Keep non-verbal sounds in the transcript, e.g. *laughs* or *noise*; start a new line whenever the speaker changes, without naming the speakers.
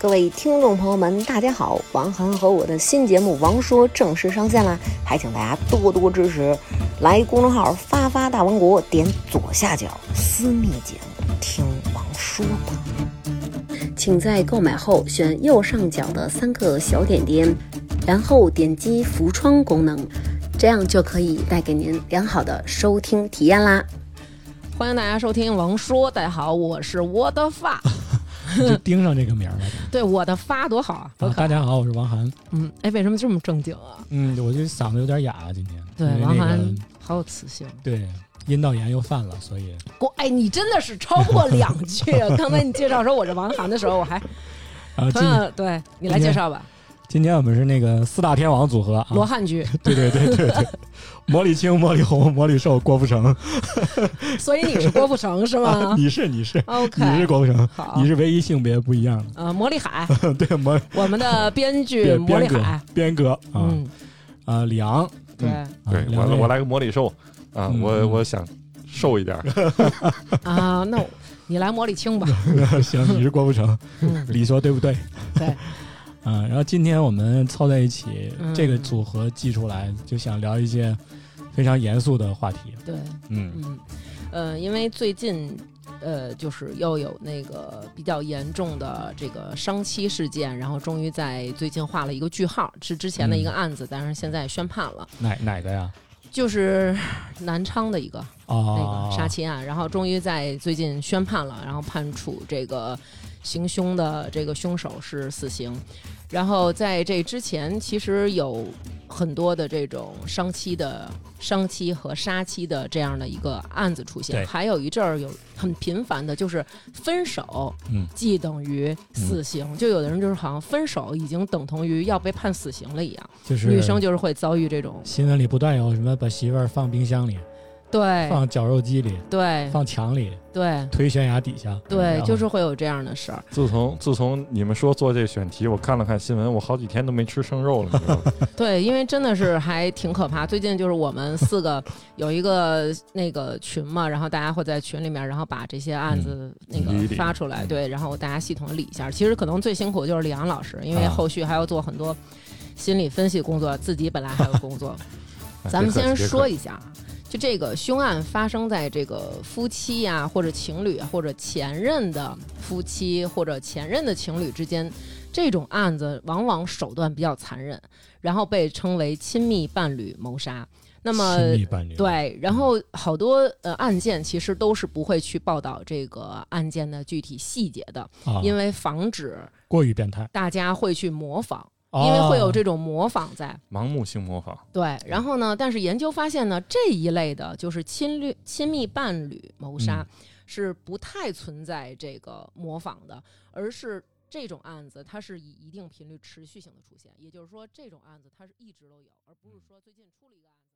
各位听众朋友们，大家好！王涵和我的新节目《王说》正式上线啦，还请大家多多支持。来公众号“发发大王国”，点左下角私密节目听王说吧。请在购买后选右上角的三个小点点，然后点击浮窗功能，这样就可以带给您良好的收听体验啦。
欢迎大家收听《王说》，大家好，我是我的
*laughs*
发。
就盯上这个名儿了。
对，嗯我的发多好啊！
啊大家好，我是王涵。
嗯，哎，为什么这么正经啊？
嗯，我这嗓子有点哑啊，今天。
对，
因为那
王
个
涵好有磁性。
对，阴道炎又犯了，所以
我哎，你真的是超过两句
*laughs*
啊。刚才你介绍说我是王涵的时候，我还
啊，今
同样对你来介绍吧。
今天我们是那个四大天王组合啊，
罗汉剧，
对对对对对，魔力青、魔力红、魔力瘦、郭富城，
所以你是郭富城是吗哦
啊你是你是
*laughs* ？OK，
你是郭富城，
好
你。是唯一性别不一样
呃，魔力海，
的，对魔
我们的编剧
边
魔力
边哥
海，
边哥啊
嗯，
啊李昂，
对
嗯啊
对，
两
我
位
我来个魔力瘦啊，
嗯
我我想瘦
*laughs*
一点儿，
啊，那我你来魔力青吧。
*laughs* 行，你是郭富城，
嗯
*laughs* 你说对不对？
*laughs* 对。
*laughs* 啊，然后今天我们凑在一起，
嗯
这个组合寄出来，就想聊一些非常严肃的话题。
对，
嗯
嗯，呃，因为最近呃，就是又有那个比较严重的这个伤妻事件，然后终于在最近画了一个句号，是之前的一个
嗯
案子，但是现在宣判了，
哪哪个呀？
就是南昌的一个那
哦
个，杀妻案，然后终于在最近宣判了，然后判处这个行凶的这个凶手是死刑。然后在这之前，其实有很多的这种伤妻的伤妻和杀妻的这样的一个案子出现，
对
还有一阵儿有很频繁的，就是分手
嗯
即等于死刑，就有的人就是好像分手已经等同于要被判死刑了一样，
就是
女生就是会遭遇这种
新闻里不断有什么把媳妇儿放冰箱里、
对
放绞肉机里、
对
放墙里、
对
推悬崖底下。然
对，
后
就是会有这样的事儿。
自从自从你们说做这选题，我看了看新闻，我好几天都没吃生肉了，你知道
*laughs*
吗？
*laughs* 对，因为真的是还挺可怕。最近就是我们四个有一个那个群嘛，然后大家会在群里面，然后把这些案子那
理一
个
理
发出来，对，然后大家系统理一下。其实可能最辛苦的就是李阳老师，因为
啊
后续还要做很多心理分析工作，自己本来还有工作。
哎
咱们
别客
先
气别
说
客气
一下啊，就这个凶案发生在这个夫妻呀、或者情侣啊，或者前任的夫妻或者前任的情侣之间，这种案子往往手段比较残忍，然后被称为亲密伴侣谋杀。那么
亲密伴侣，
对，然后好多呃案件其实都是不会去报道这个案件的具体细节的，
啊，
因为防止
过于变态，
大家会去模仿，
哦
因为会有这种模仿在。
盲目性模仿，
对，然后呢？但是研究发现呢，这一类的就是侵略、亲密伴侣谋杀、
嗯
是不太存在这个模仿的，而是这种案子它是以一定频率持续性的出现，也就是说，这种案子它是一直都有，而不是说最近出了一个案子。